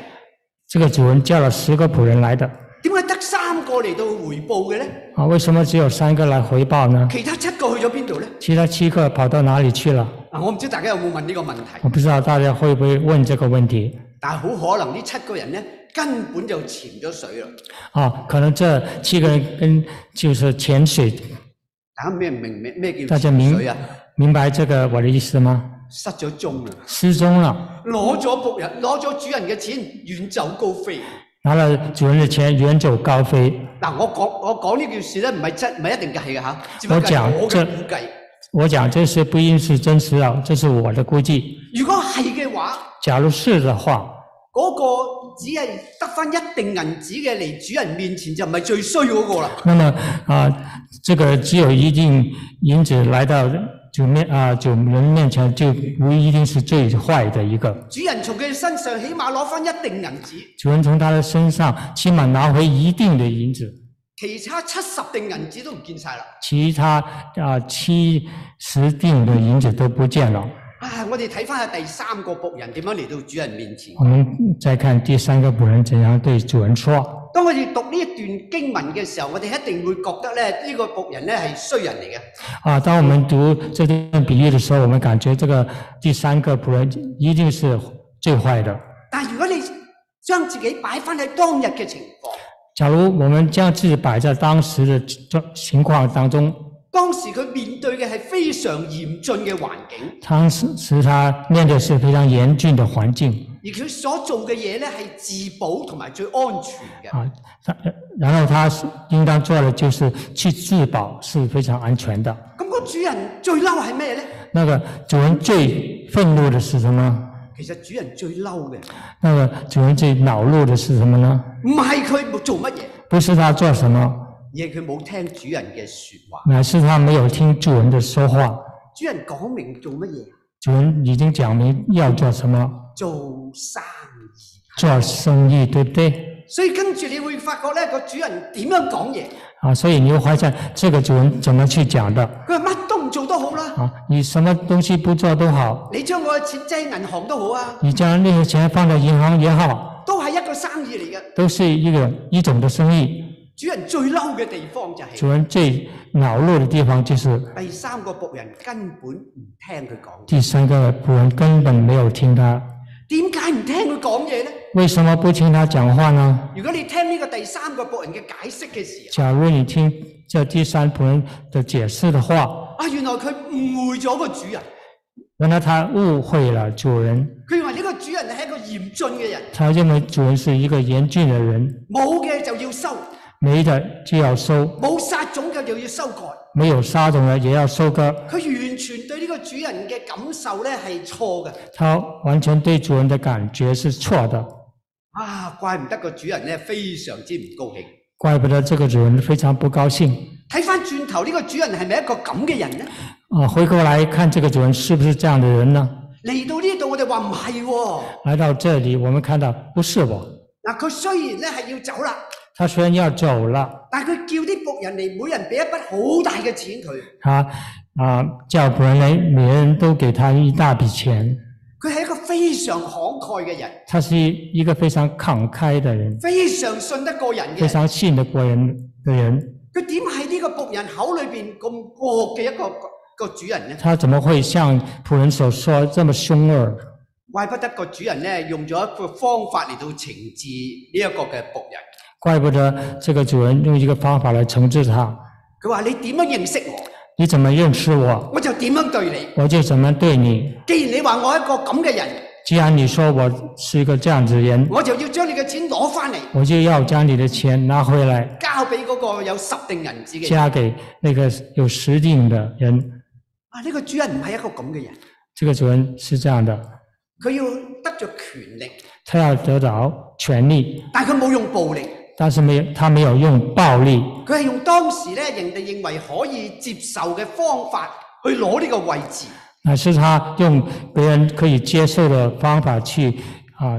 Speaker 1: 这个主人叫了十个仆人来的
Speaker 3: 點解得三個嚟到回報嘅呢？
Speaker 1: 啊，为什么只有三个来回报呢？
Speaker 3: 其他七個去咗邊度呢？
Speaker 1: 其他七个跑到哪里去了？
Speaker 3: 啊，我唔知大家有冇問呢個問題，
Speaker 1: 我不知道大家会不会问这个问题
Speaker 3: 但係好可能呢七個人呢，根本就潛咗水啦。
Speaker 1: 啊？可能这七个人跟就是潜水，
Speaker 3: 大家咩明咩咩叫
Speaker 1: 大家
Speaker 3: 潛
Speaker 1: 明
Speaker 3: 水啊？
Speaker 1: 明白这个我的意思吗？
Speaker 3: 失咗蹤啦，
Speaker 1: 失踪了，
Speaker 3: 攞咗仆人，攞咗主人嘅錢，遠走高飛。
Speaker 1: 拿了主人的钱远走高飞。
Speaker 3: 嗱，我講我講呢件事呢，唔係真唔係一定係嘅嚇，只不過
Speaker 1: 我講
Speaker 3: 係我嘅
Speaker 1: 這
Speaker 3: 估計。
Speaker 1: 我讲这是不一定是真实啊，这是我的估计。
Speaker 3: 如果係嘅話，
Speaker 1: 假如是的话，
Speaker 3: 嗰個只係得翻一定銀紙嘅嚟主人面前就唔係最衰嗰個啦。
Speaker 1: 那么啊、这个只有一定因子来到主面啊、主人面前，就不一定是最坏的一个。
Speaker 3: 主人從佢身上起碼攞翻一定銀紙，
Speaker 1: 主人从他的身上起码拿回一定的银子，
Speaker 3: 其他七十定銀紙都唔見晒啦。
Speaker 1: 其他啊七十锭的银子都不见了。
Speaker 3: 啊！我哋睇翻下第三個仆人點樣嚟到主人面前。
Speaker 1: 我们再看第三个仆人怎样对主人说。
Speaker 3: 當我哋讀呢一段經文嘅時候，我哋一定會覺得咧，呢、個仆人咧係衰人嚟嘅。
Speaker 1: 啊，当我们读这段比喻的时候，我们感觉这个第三个仆人一定是最坏的。
Speaker 3: 但係如果你將自己擺翻喺當日嘅情況，
Speaker 1: 假如我们将自己摆在当时的状情况当中，
Speaker 3: 當時佢面對嘅係非常嚴峻嘅環境，
Speaker 1: 当时他面对是非常严峻的环境
Speaker 3: 而佢所做嘅嘢咧係自保同埋最安全嘅。
Speaker 1: 啊，他然后他是应当做的就是去自保是非常安全的。
Speaker 3: 咁個主人最嬲係咩呢？
Speaker 1: 那个主人最愤怒的是什么？
Speaker 3: 其實主人最嬲嘅
Speaker 1: 那个主人最恼怒的是什么呢？
Speaker 3: 唔係佢冇做乜嘢，
Speaker 1: 不是他做什么，
Speaker 3: 而係佢冇聽主人嘅説話。
Speaker 1: 乃是他没有听主人的说话。
Speaker 3: 主人講明做乜嘢？
Speaker 1: 主人已经讲明要做什么，
Speaker 3: 做生意。
Speaker 1: 做生意，对不对？
Speaker 3: 所以跟住你會發覺咧，個主人點樣講嘢，
Speaker 1: 啊，所以你会发现这个主人怎么去讲的
Speaker 3: 佢話乜都唔做都好啦，
Speaker 1: 啊？你什么东西不做都好，
Speaker 3: 你將我嘅錢擠銀行都好啊，
Speaker 1: 你将那些钱放在银行也好，
Speaker 3: 都係一個生意嚟嘅。
Speaker 1: 都是一个一种的生意。
Speaker 3: 主人最嬲嘅地方就係
Speaker 1: 主人最恼怒的地方就是
Speaker 3: 第三個仆人根本唔聽佢講嘢，
Speaker 1: 第三个仆人根本没有听他，
Speaker 3: 點解唔聽佢講嘢呢？
Speaker 1: 为什么不听他讲话呢？
Speaker 3: 如果你聽呢個第三個仆人嘅解釋嘅時
Speaker 1: 假如你听这第三仆人的解释的话，
Speaker 3: 候，啊，原來佢誤會咗個主人，
Speaker 1: 原来他误会了主人，
Speaker 3: 佢認為呢個主人係一個嚴峻嘅人，
Speaker 1: 他认为主人是一个严峻的人，
Speaker 3: 冇嘅就要收，
Speaker 1: 没的就要收，
Speaker 3: 冇殺種嘅就要收割。
Speaker 1: 没有杀种的也要收割。
Speaker 3: 佢完全對呢個主人嘅感受咧係錯嘅。
Speaker 1: 他完全对主人的感觉是错的，
Speaker 3: 啊，怪唔得個主人咧非常之唔高興。
Speaker 1: 怪不得这个主人非常不高兴。
Speaker 3: 睇翻轉頭呢個主人係咪一個咁嘅人呢？
Speaker 1: 啊，回过来看这个主人是不是这样的人呢？
Speaker 3: 嚟到呢度，我哋話唔係喎。
Speaker 1: 来到这里，我们看到不是我，
Speaker 3: 嗱，佢雖然咧係要走啦，
Speaker 1: 他虽然要走了，
Speaker 3: 但係佢叫啲仆人嚟，每人俾一筆好大嘅錢佢。
Speaker 1: 他啊、叫仆人来，每人都给他一大笔钱。
Speaker 3: 佢係一個非常慷慨嘅人，
Speaker 1: 他是一个非常慷慨的人，
Speaker 3: 非常信得過人
Speaker 1: 非
Speaker 3: 嘅。
Speaker 1: 常信得过人的人。
Speaker 3: 佢點喺呢個仆人口裏邊咁惡嘅一個個主人呢？
Speaker 1: 他怎么会像仆人所说这么凶恶？
Speaker 3: 怪不得個主人呢用咗一個方法嚟到懲治呢一個嘅仆人。
Speaker 1: 怪不得这个主人用一个方法来惩治他。
Speaker 3: 佢話：你點樣認識我，
Speaker 1: 你怎么认识我，
Speaker 3: 我就點樣對你。
Speaker 1: 我就怎么对你。
Speaker 3: 既然你話我係一個咁嘅人，
Speaker 1: 既然你说我是一个这样子的人，
Speaker 3: 我就要將你嘅錢攞翻嚟，
Speaker 1: 我就要将你的钱拿回来，
Speaker 3: 交俾嗰個有十定銀子嘅人。
Speaker 1: 嫁给那个有实定的人。
Speaker 3: 啊，呢、個主人唔係一個咁嘅人，
Speaker 1: 这个主人是这样的，
Speaker 3: 佢要得着權力，
Speaker 1: 他要得到权利，
Speaker 3: 但佢冇用暴力，
Speaker 1: 但是没有他没有用暴力，
Speaker 3: 佢係用當時咧人哋認為可以接受嘅方法去攞呢個位置。
Speaker 1: 而是他用别人可以接受的方法去啊、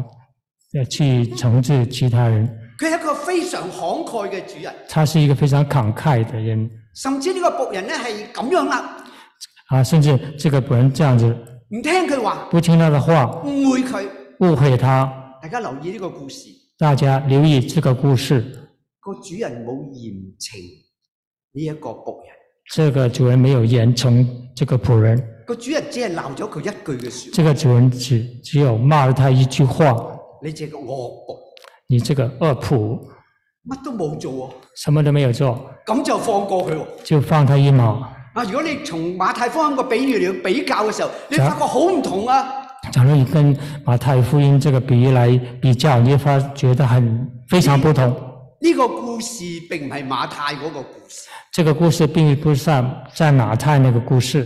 Speaker 1: 呃去惩治其他人。
Speaker 3: 佢係一個非常慷慨嘅主人，
Speaker 1: 他是一个非常慷慨的人
Speaker 3: 甚至呢個仆人咧係咁樣啦，
Speaker 1: 啊，甚至这个仆人这样子
Speaker 3: 唔聽佢話，
Speaker 1: 不听他的话，
Speaker 3: 誤會佢。
Speaker 1: 误会他。
Speaker 3: 大家留意呢個故事，
Speaker 1: 大家留意这个故事，
Speaker 3: 個主人冇嚴懲呢一個仆人，
Speaker 1: 这个主人没有严惩这个仆人，
Speaker 3: 個主人只係鬧咗佢一句嘅説話，
Speaker 1: 这个主人只只有骂了他一句话
Speaker 3: 你只係個惡仆。：“
Speaker 1: 你这个恶仆，
Speaker 3: 乜都冇做喎、
Speaker 1: 什么都没有做，
Speaker 3: 咁就放過佢喎、
Speaker 1: 就放他一马。
Speaker 3: 啊，如果你從馬太福音個比喻嚟去比較嘅時候，你
Speaker 1: 是啊
Speaker 3: 發覺好唔同啊！”
Speaker 1: 假如你跟马太福音这个比喻来比较，你会发觉得很非常不同。
Speaker 3: 呢、個故事並唔係馬太嗰個故事，
Speaker 1: 这个故事并不像在马太那个故事，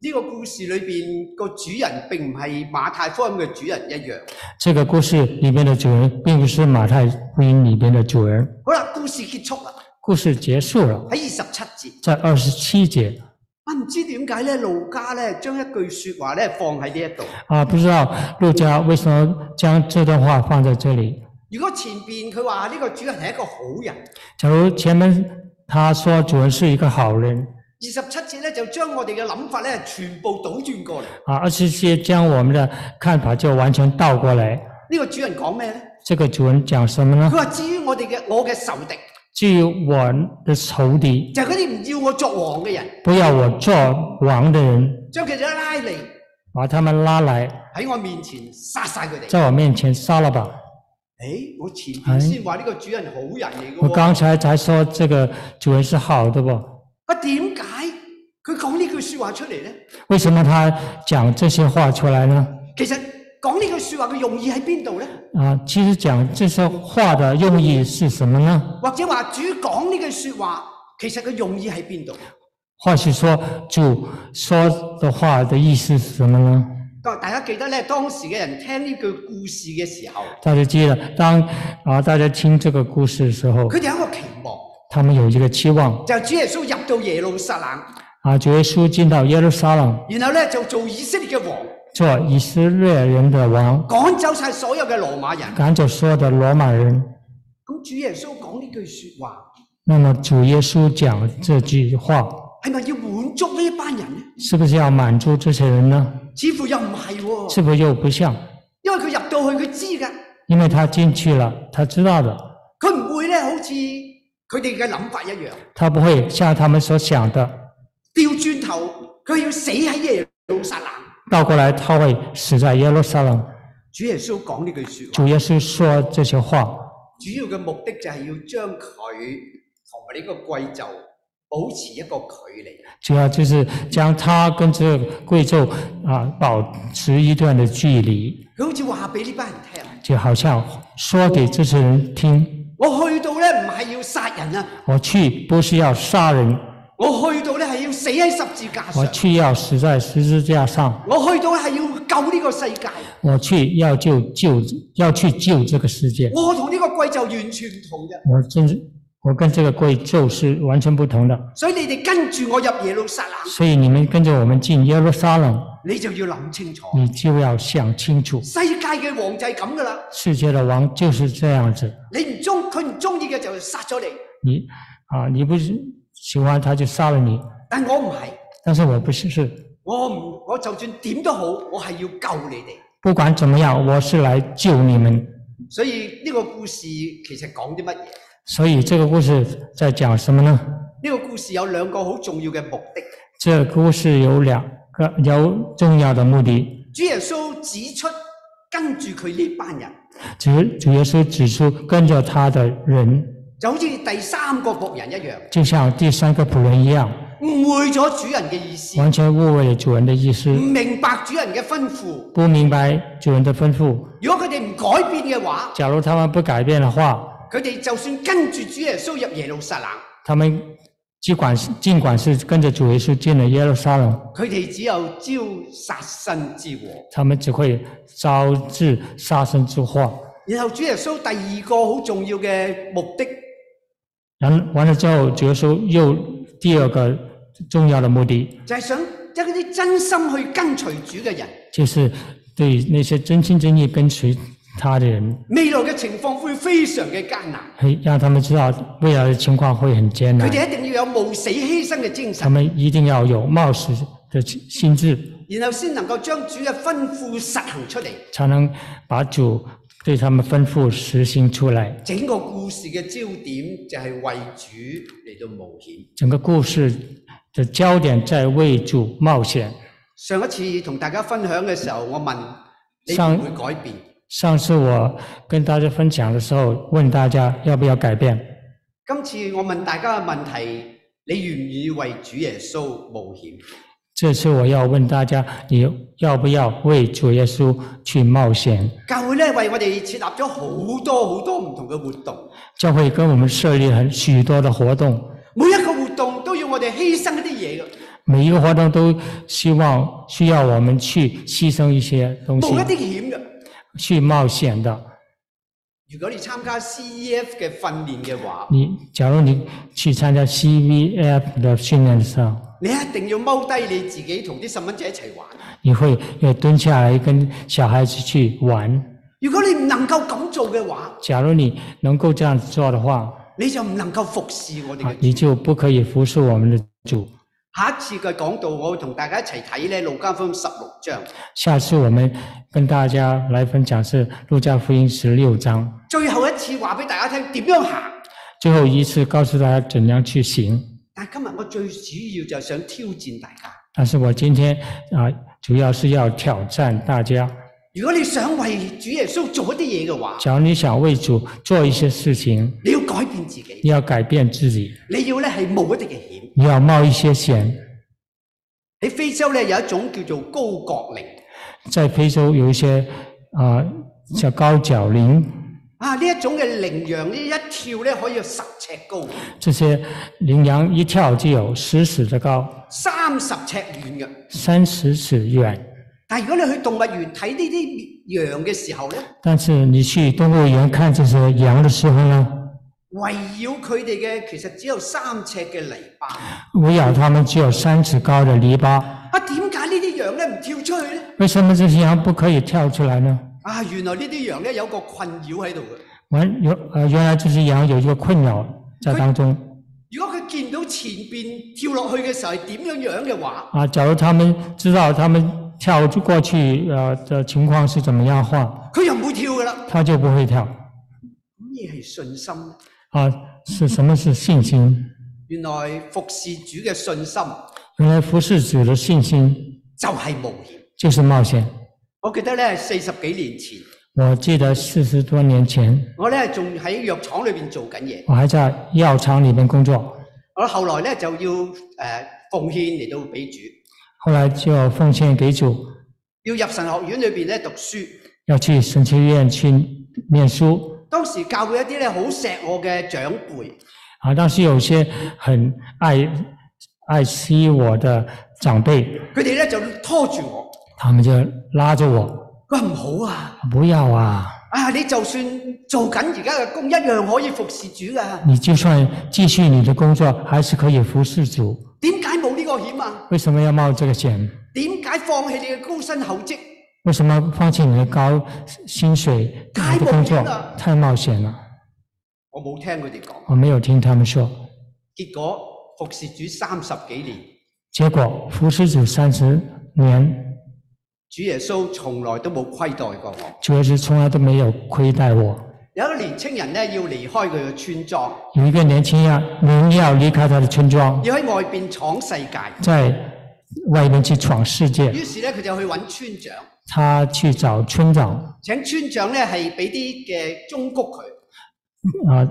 Speaker 3: 呢、個故事裏邊個主人並唔係馬太福音嘅主人一樣。
Speaker 1: 这个故事里面的主人并不是马太福音里边的主人。
Speaker 3: 好啦，故事結束啦，
Speaker 1: 故事结束了，
Speaker 3: 喺二十七節。
Speaker 1: 在二十七节
Speaker 3: 啊，唔知點解咧，路加咧將一句説話咧放喺呢一度。
Speaker 1: 啊，不知道陆家为什么将这段话放在这里。
Speaker 3: 如果前邊佢話呢個主人係一個好人，
Speaker 1: 假如前面他说主人是一個好人
Speaker 3: 二十七節咧就將我哋嘅諗法咧全部倒轉過嚟。呢、
Speaker 1: 啊，二十七将我们的看法就完全倒过来。
Speaker 3: 個主人講咩咧？
Speaker 1: 这个主人讲什么呢
Speaker 3: 佢？話：至於我哋嘅我嘅仇敵，
Speaker 1: 至于我的仇敌，
Speaker 3: 就係嗰啲唔要我作王嘅人，
Speaker 1: 不要我做王的人，
Speaker 3: 將佢哋拉嚟
Speaker 1: 把他們拉來，
Speaker 3: 喺我面前殺晒佢哋。
Speaker 1: 在我面前殺了吧。
Speaker 3: 誒，我前邊先話呢個主人好人嚟嘅
Speaker 1: 我
Speaker 3: 喎，
Speaker 1: 刚才才说这个主人是好的不？
Speaker 3: 啊點解佢講呢句説話出嚟咧？
Speaker 1: 为什么他讲这些话出来呢？
Speaker 3: 其實講呢句説話嘅用意喺邊度咧？
Speaker 1: 啊，其实讲这些话的用意是什么呢？
Speaker 3: 或者話主講呢句説話，其實嘅用意喺邊度？
Speaker 1: 或许说主说的话的意思是什么呢？
Speaker 3: 大家記得咧，當時嘅人聽呢句故事嘅時候，
Speaker 1: 大家记得，当啊大家听这个故事的时候，
Speaker 3: 佢哋有一個期望，
Speaker 1: 他们有一个期望
Speaker 3: 就係主耶穌入到耶路撒冷，
Speaker 1: 啊，主耶稣进到耶路撒冷
Speaker 3: 然後咧就做以色列嘅王，
Speaker 1: 做以色列人的王，
Speaker 3: 趕走晒所有嘅羅馬人。
Speaker 1: 赶走所有的罗马人。
Speaker 3: 咁主耶穌講呢句説話，
Speaker 1: 那么主耶稣讲这句话，
Speaker 3: 係咪要滿足呢一班人咧？
Speaker 1: 是不是要满足这些人呢？
Speaker 3: 似乎又唔係喎，
Speaker 1: 是不是又不像？
Speaker 3: 因為佢入到去佢知㗎，
Speaker 1: 因为他进去了，他知道的，
Speaker 3: 佢唔會咧好似佢哋嘅諗法一樣，
Speaker 1: 他不会像他们所想的
Speaker 3: 掉轉頭佢要死喺耶路撒冷。
Speaker 1: 倒过来，他会死在耶路撒冷。
Speaker 3: 主耶穌講呢句説話，
Speaker 1: 主耶稣说这些话，
Speaker 3: 主要嘅目的就係要將佢同埋呢個貴就保持一個距離。啊
Speaker 1: 主要就是将他跟这个贵胄啊保持一段的距离，
Speaker 3: 佢好似話俾呢班人聽：啊
Speaker 1: 就好像说给这些人听，
Speaker 3: 我去到咧唔係要殺人啊，
Speaker 1: 我去不是要杀人，
Speaker 3: 我去到咧係要死喺十字架
Speaker 1: 我
Speaker 3: 上，
Speaker 1: 去要死在十字架上，
Speaker 3: 我去到係要救呢個世界。啊
Speaker 1: 我去要救救要去救这个世界。
Speaker 3: 我同呢個貴就完全唔同嘅，
Speaker 1: 我真是我跟这个贵胄是完全不同的。
Speaker 3: 所以你哋跟住我入耶路撒冷，
Speaker 1: 所以你们跟着我们进耶路撒冷，
Speaker 3: 你就要諗清楚。
Speaker 1: 你就要想清楚，
Speaker 3: 世界嘅王就係咁噶啦，
Speaker 1: 世界的王就是这样子，
Speaker 3: 你唔中佢唔中意嘅就殺咗你，
Speaker 1: 你啊，你不喜欢他就杀了你，
Speaker 3: 但我唔係，
Speaker 1: 但是我不是是，
Speaker 3: 我唔我就算點都好，我係要救你哋。
Speaker 1: 不管怎么样，我是来救你们。
Speaker 3: 所以呢個故事其實講啲乜嘢？呢、
Speaker 1: 所以这个故事在講什么呢？
Speaker 3: 個故事有兩個好重要嘅目的。
Speaker 1: 这故事有两个有重要的目的，
Speaker 3: 主耶穌指出跟住佢呢班人，
Speaker 1: 主主耶稣指出跟着他的人，
Speaker 3: 就好似第三個仆人一樣，
Speaker 1: 就像第三个仆人一样，
Speaker 3: 誤會咗主人嘅意思，
Speaker 1: 完全误会了主人的意思
Speaker 3: 唔，明白主人嘅吩咐。
Speaker 1: 不明白主人的吩咐。
Speaker 3: 如果佢哋唔改變嘅話，
Speaker 1: 假如他们不改变的话，
Speaker 3: 佢哋就算跟住主耶穌入耶路撒冷，
Speaker 1: 他们尽管是尽管是跟着主耶稣进了耶路撒冷，
Speaker 3: 佢哋只有招殺身之禍。
Speaker 1: 他们只会招致杀身之祸。
Speaker 3: 然後主耶穌第二個好重要嘅目的，
Speaker 1: 然完了之后，主耶稣又第二个重要的目的
Speaker 3: 就係想即係嗰啲真心去跟隨主嘅人，
Speaker 1: 就是对那些真心真意跟随他的人，
Speaker 3: 未來嘅情況會非常嘅艱難，
Speaker 1: 嘿让他们知道未来的情况会很艰
Speaker 3: 佢
Speaker 1: 难，
Speaker 3: 哋一定要有冒死犧牲嘅精
Speaker 1: 他
Speaker 3: 神，
Speaker 1: 们一定要有冒死的心智，
Speaker 3: 然後先能夠將主嘅吩咐實行出嚟。
Speaker 1: 才能把主对他们吩咐实行出来。
Speaker 3: 整個故事嘅焦點就係為主嚟到冒險。
Speaker 1: 整个故事的焦点在为主冒险。
Speaker 3: 上一次同大家分享嘅時候，我問你會
Speaker 1: 上
Speaker 3: 唔會改變？
Speaker 1: 上次我跟大家分享的时候，问大家要不要改变。
Speaker 3: 今次我問大家嘅問題，你願唔願意為主耶穌冒險？
Speaker 1: 这次我要问大家，你要不要为主耶稣去冒险？
Speaker 3: 教會咧為我哋設立咗好多好多唔同嘅活動，
Speaker 1: 教会跟我们设立很许多的活动，
Speaker 3: 每一個活動都要我哋犧牲一啲嘢嘅，
Speaker 1: 每一个活动都希望需要我们去牺牲一些东西
Speaker 3: 冒，一啲險嘅。
Speaker 1: 去冒险的。
Speaker 3: 如果你參加 E CEF 嘅訓練嘅話，
Speaker 1: 你假如你去参加 CVF 的训练的时候，
Speaker 3: 你一定要踎低你自己同啲細蚊仔一齊玩。
Speaker 1: 你会要蹲下来跟小孩子去玩。
Speaker 3: 如果你唔能夠咁做嘅話，
Speaker 1: 假如你能够这样子做的话，
Speaker 3: 你就唔能夠服侍我哋
Speaker 1: 啊
Speaker 3: 嘅，主。
Speaker 1: 你就不可以服侍我们的主。
Speaker 3: 下一次嘅講道，我會同大家一齊睇咧《路加福音》十六章，
Speaker 1: 下次我们跟大家来分享是《路加福音》十六章，
Speaker 3: 最後一次話俾大家聽點樣行。
Speaker 1: 最后一次告诉大家怎样去行。
Speaker 3: 但今日我最主要就係想挑戰大家。
Speaker 1: 但是我今天啊、主要是要挑战大家。
Speaker 3: 如果你想為主耶穌做一啲嘢嘅話，
Speaker 1: 假如你想为主做一些事情，
Speaker 3: 你要改變自己，
Speaker 1: 你要改變自己，
Speaker 3: 你要咧係冒一啲嘅險。
Speaker 1: 你要冒一些险。
Speaker 3: 喺非洲咧有一種叫做高角羚
Speaker 1: 在非洲有一些啊、叫高脚羚，
Speaker 3: 啊，呢一種嘅羚羊呢一跳咧可以有十尺高，
Speaker 1: 这些羚羊一跳就有十尺的高，
Speaker 3: 三十尺遠嘅。
Speaker 1: 三十尺远。
Speaker 3: 但如果你去動物園睇呢啲羊嘅時候咧，
Speaker 1: 但是你去动物园看这些羊的时候呢，
Speaker 3: 圍繞佢哋嘅其實只有三尺嘅泥巴。
Speaker 1: 围绕它们只有三尺高的篱笆。
Speaker 3: 啊，點解呢啲羊咧唔跳出去咧？
Speaker 1: 为什么这些羊不可以跳出来呢？
Speaker 3: 啊，原來呢啲羊咧有個困擾喺度嘅。
Speaker 1: 完有呃，原来这些羊有一个困扰在当中
Speaker 3: 如果佢見到前邊跳落去嘅時候係點樣樣嘅話，
Speaker 1: 啊。假如他们知道他们跳过去呃的情况是怎么样的话，
Speaker 3: 佢又唔會跳噶啦。
Speaker 1: 他就不会跳
Speaker 3: 咩係信心呢？
Speaker 1: 啊。是什么是信心？
Speaker 3: 原來服侍主嘅信心
Speaker 1: 原来服侍主的信心
Speaker 3: 就係冒險。
Speaker 1: 就是冒险。
Speaker 3: 我記得咧，四十幾年前，
Speaker 1: 我记得四十多年前，
Speaker 3: 我咧仲喺藥廠裏邊做緊嘢，
Speaker 1: 我还在药厂里面工作，
Speaker 3: 我後來咧就要誒、呃奉獻嚟到俾主，
Speaker 1: 后来就奉献给主，
Speaker 3: 要入神學院裏邊咧讀書。
Speaker 1: 要去神学院去念书
Speaker 3: 當時教會一啲咧好錫我嘅長輩，
Speaker 1: 啊。但是有些很爱爱惜我的长辈，
Speaker 3: 佢哋咧就拖住我，
Speaker 1: 他们就拉着我，
Speaker 3: 佢話唔好啊！
Speaker 1: 不要啊，
Speaker 3: 啊，你就算做緊而家嘅工，一樣可以服侍主噶。
Speaker 1: 你就算继续你的工作，还是可以服侍主。
Speaker 3: 點解冇呢個險啊？
Speaker 1: 为什么要冒这个险？
Speaker 3: 點解放棄你嘅高薪厚職？
Speaker 1: 为什么放弃你的高薪水、
Speaker 3: 太
Speaker 1: 你的工作
Speaker 3: 冒险了？
Speaker 1: 太冒险了！
Speaker 3: 我冇聽佢哋講。
Speaker 1: 我没有听他们说。
Speaker 3: 結果服侍主三十幾年，
Speaker 1: 结果服侍主三十年，
Speaker 3: 主耶穌從來都冇虧待過我。
Speaker 1: 主耶稣从來都没有亏待我。
Speaker 3: 有一個年青人咧要離開佢嘅村莊，
Speaker 1: 有一个年轻人，人要离开他的村庄，
Speaker 3: 要喺外邊闖世界。
Speaker 1: 在外面去闯世界。
Speaker 3: 於是咧佢就去揾村長，
Speaker 1: 他去找村长，
Speaker 3: 請村長咧係俾啲嘅忠告佢。
Speaker 1: 啊、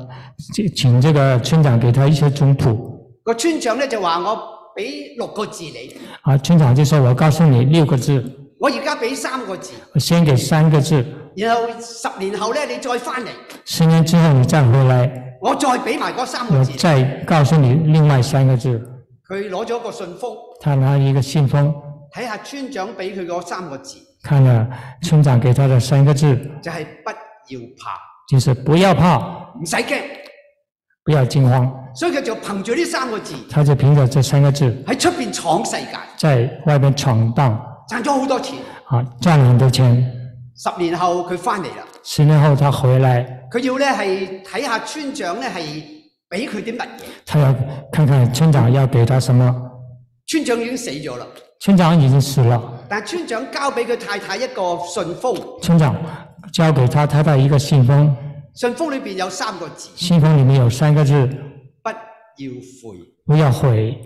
Speaker 1: 请请这个村长给他一些中谱。
Speaker 3: 個村長咧就話：我俾六個字你，
Speaker 1: 啊，村长就说：“我告诉你六个字，
Speaker 3: 我而家俾三個字，
Speaker 1: 我先给三个字，
Speaker 3: 然後十年後咧你再翻嚟，
Speaker 1: 十年之后你再回来，
Speaker 3: 我再俾埋嗰三個
Speaker 1: 我
Speaker 3: 字。
Speaker 1: 再告诉你另外三个字。”
Speaker 3: 佢攞咗個信封，
Speaker 1: 他拿一个信封，
Speaker 3: 睇下村長俾佢嗰三個字，
Speaker 1: 看了村长给他的三个字，
Speaker 3: 就係、不要怕，
Speaker 1: 就是不要怕，
Speaker 3: 唔使驚。
Speaker 1: 不要惊慌。
Speaker 3: 所以佢就憑住呢三個字
Speaker 1: 他就凭着这三个字，
Speaker 3: 喺出邊闖世界，
Speaker 1: 在外面闯荡，
Speaker 3: 賺咗好多錢。
Speaker 1: 啊，赚了很多钱。
Speaker 3: 十年後佢翻嚟啦，
Speaker 1: 十年后他回来，
Speaker 3: 佢要咧係睇下村長咧係俾佢啲乜嘢。
Speaker 1: 他要看看村长要给他什么。
Speaker 3: 村長已經死咗啦，
Speaker 1: 村长已经死了，
Speaker 3: 但村長交俾佢太太一個信封，
Speaker 1: 村长交给他太太一个信封，
Speaker 3: 信封裏邊有三個字：
Speaker 1: 信封里面有三个字：
Speaker 3: 不要悔。
Speaker 1: 不要悔。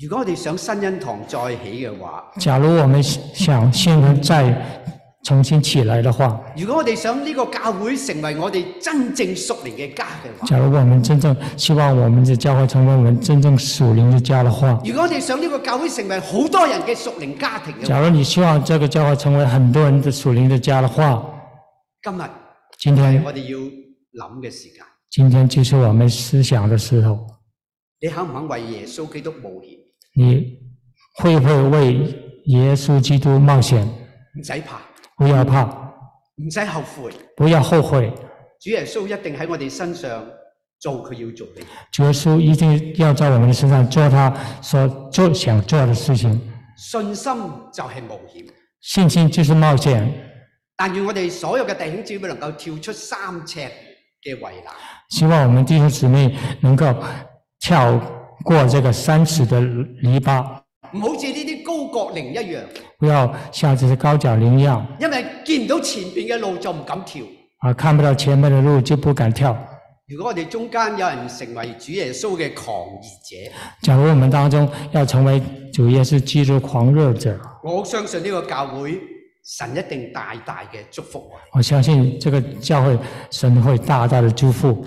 Speaker 3: 如果我哋想新恩堂再起嘅話，
Speaker 1: 假如我们想新人再重新起来的话，
Speaker 3: 如果我哋想呢個教會成為我哋真正屬靈嘅家嘅話，
Speaker 1: 假如我们真正希望我们的教会成为我们真正属灵的家的话，
Speaker 3: 如果我哋想呢個教會成為好多人嘅屬靈家庭嘅話，
Speaker 1: 假如你希望这个教会成为很多人的属灵的家的话，
Speaker 3: 今日
Speaker 1: 今天
Speaker 3: 我哋要諗嘅時間，
Speaker 1: 今天就是我们思想的时候，
Speaker 3: 你肯唔肯為耶穌基督冒險？
Speaker 1: 你会不会为耶稣基督冒险？
Speaker 3: 唔使怕，
Speaker 1: 不要怕，
Speaker 3: 唔使後悔，
Speaker 1: 不要后悔，
Speaker 3: 主耶穌一定喺我哋身上做佢要做嘅嘢。
Speaker 1: 主耶稣一定要在我们的身上做他所做想做的事情。
Speaker 3: 信心就係冒險。
Speaker 1: 信心就是冒险，
Speaker 3: 但願我哋所有嘅弟兄姊妹能夠跳出三尺嘅圍欄，
Speaker 1: 希望我们弟兄姊妹能够跳过这个三尺的篱笆。
Speaker 3: 唔好似呢啲高角羚一樣，
Speaker 1: 不要像这些高脚羚一样
Speaker 3: 因為見唔到前面嘅路就唔敢跳。
Speaker 1: 啊，看不到前面的路就不敢跳。
Speaker 3: 如果我哋中間有人成為主耶穌嘅狂熱者，
Speaker 1: 假如我们当中要成为主耶稣基督狂热者，
Speaker 3: 我好相信呢個教會神一定大大嘅祝福我哋。
Speaker 1: 我相信这个教会神会大大的祝福。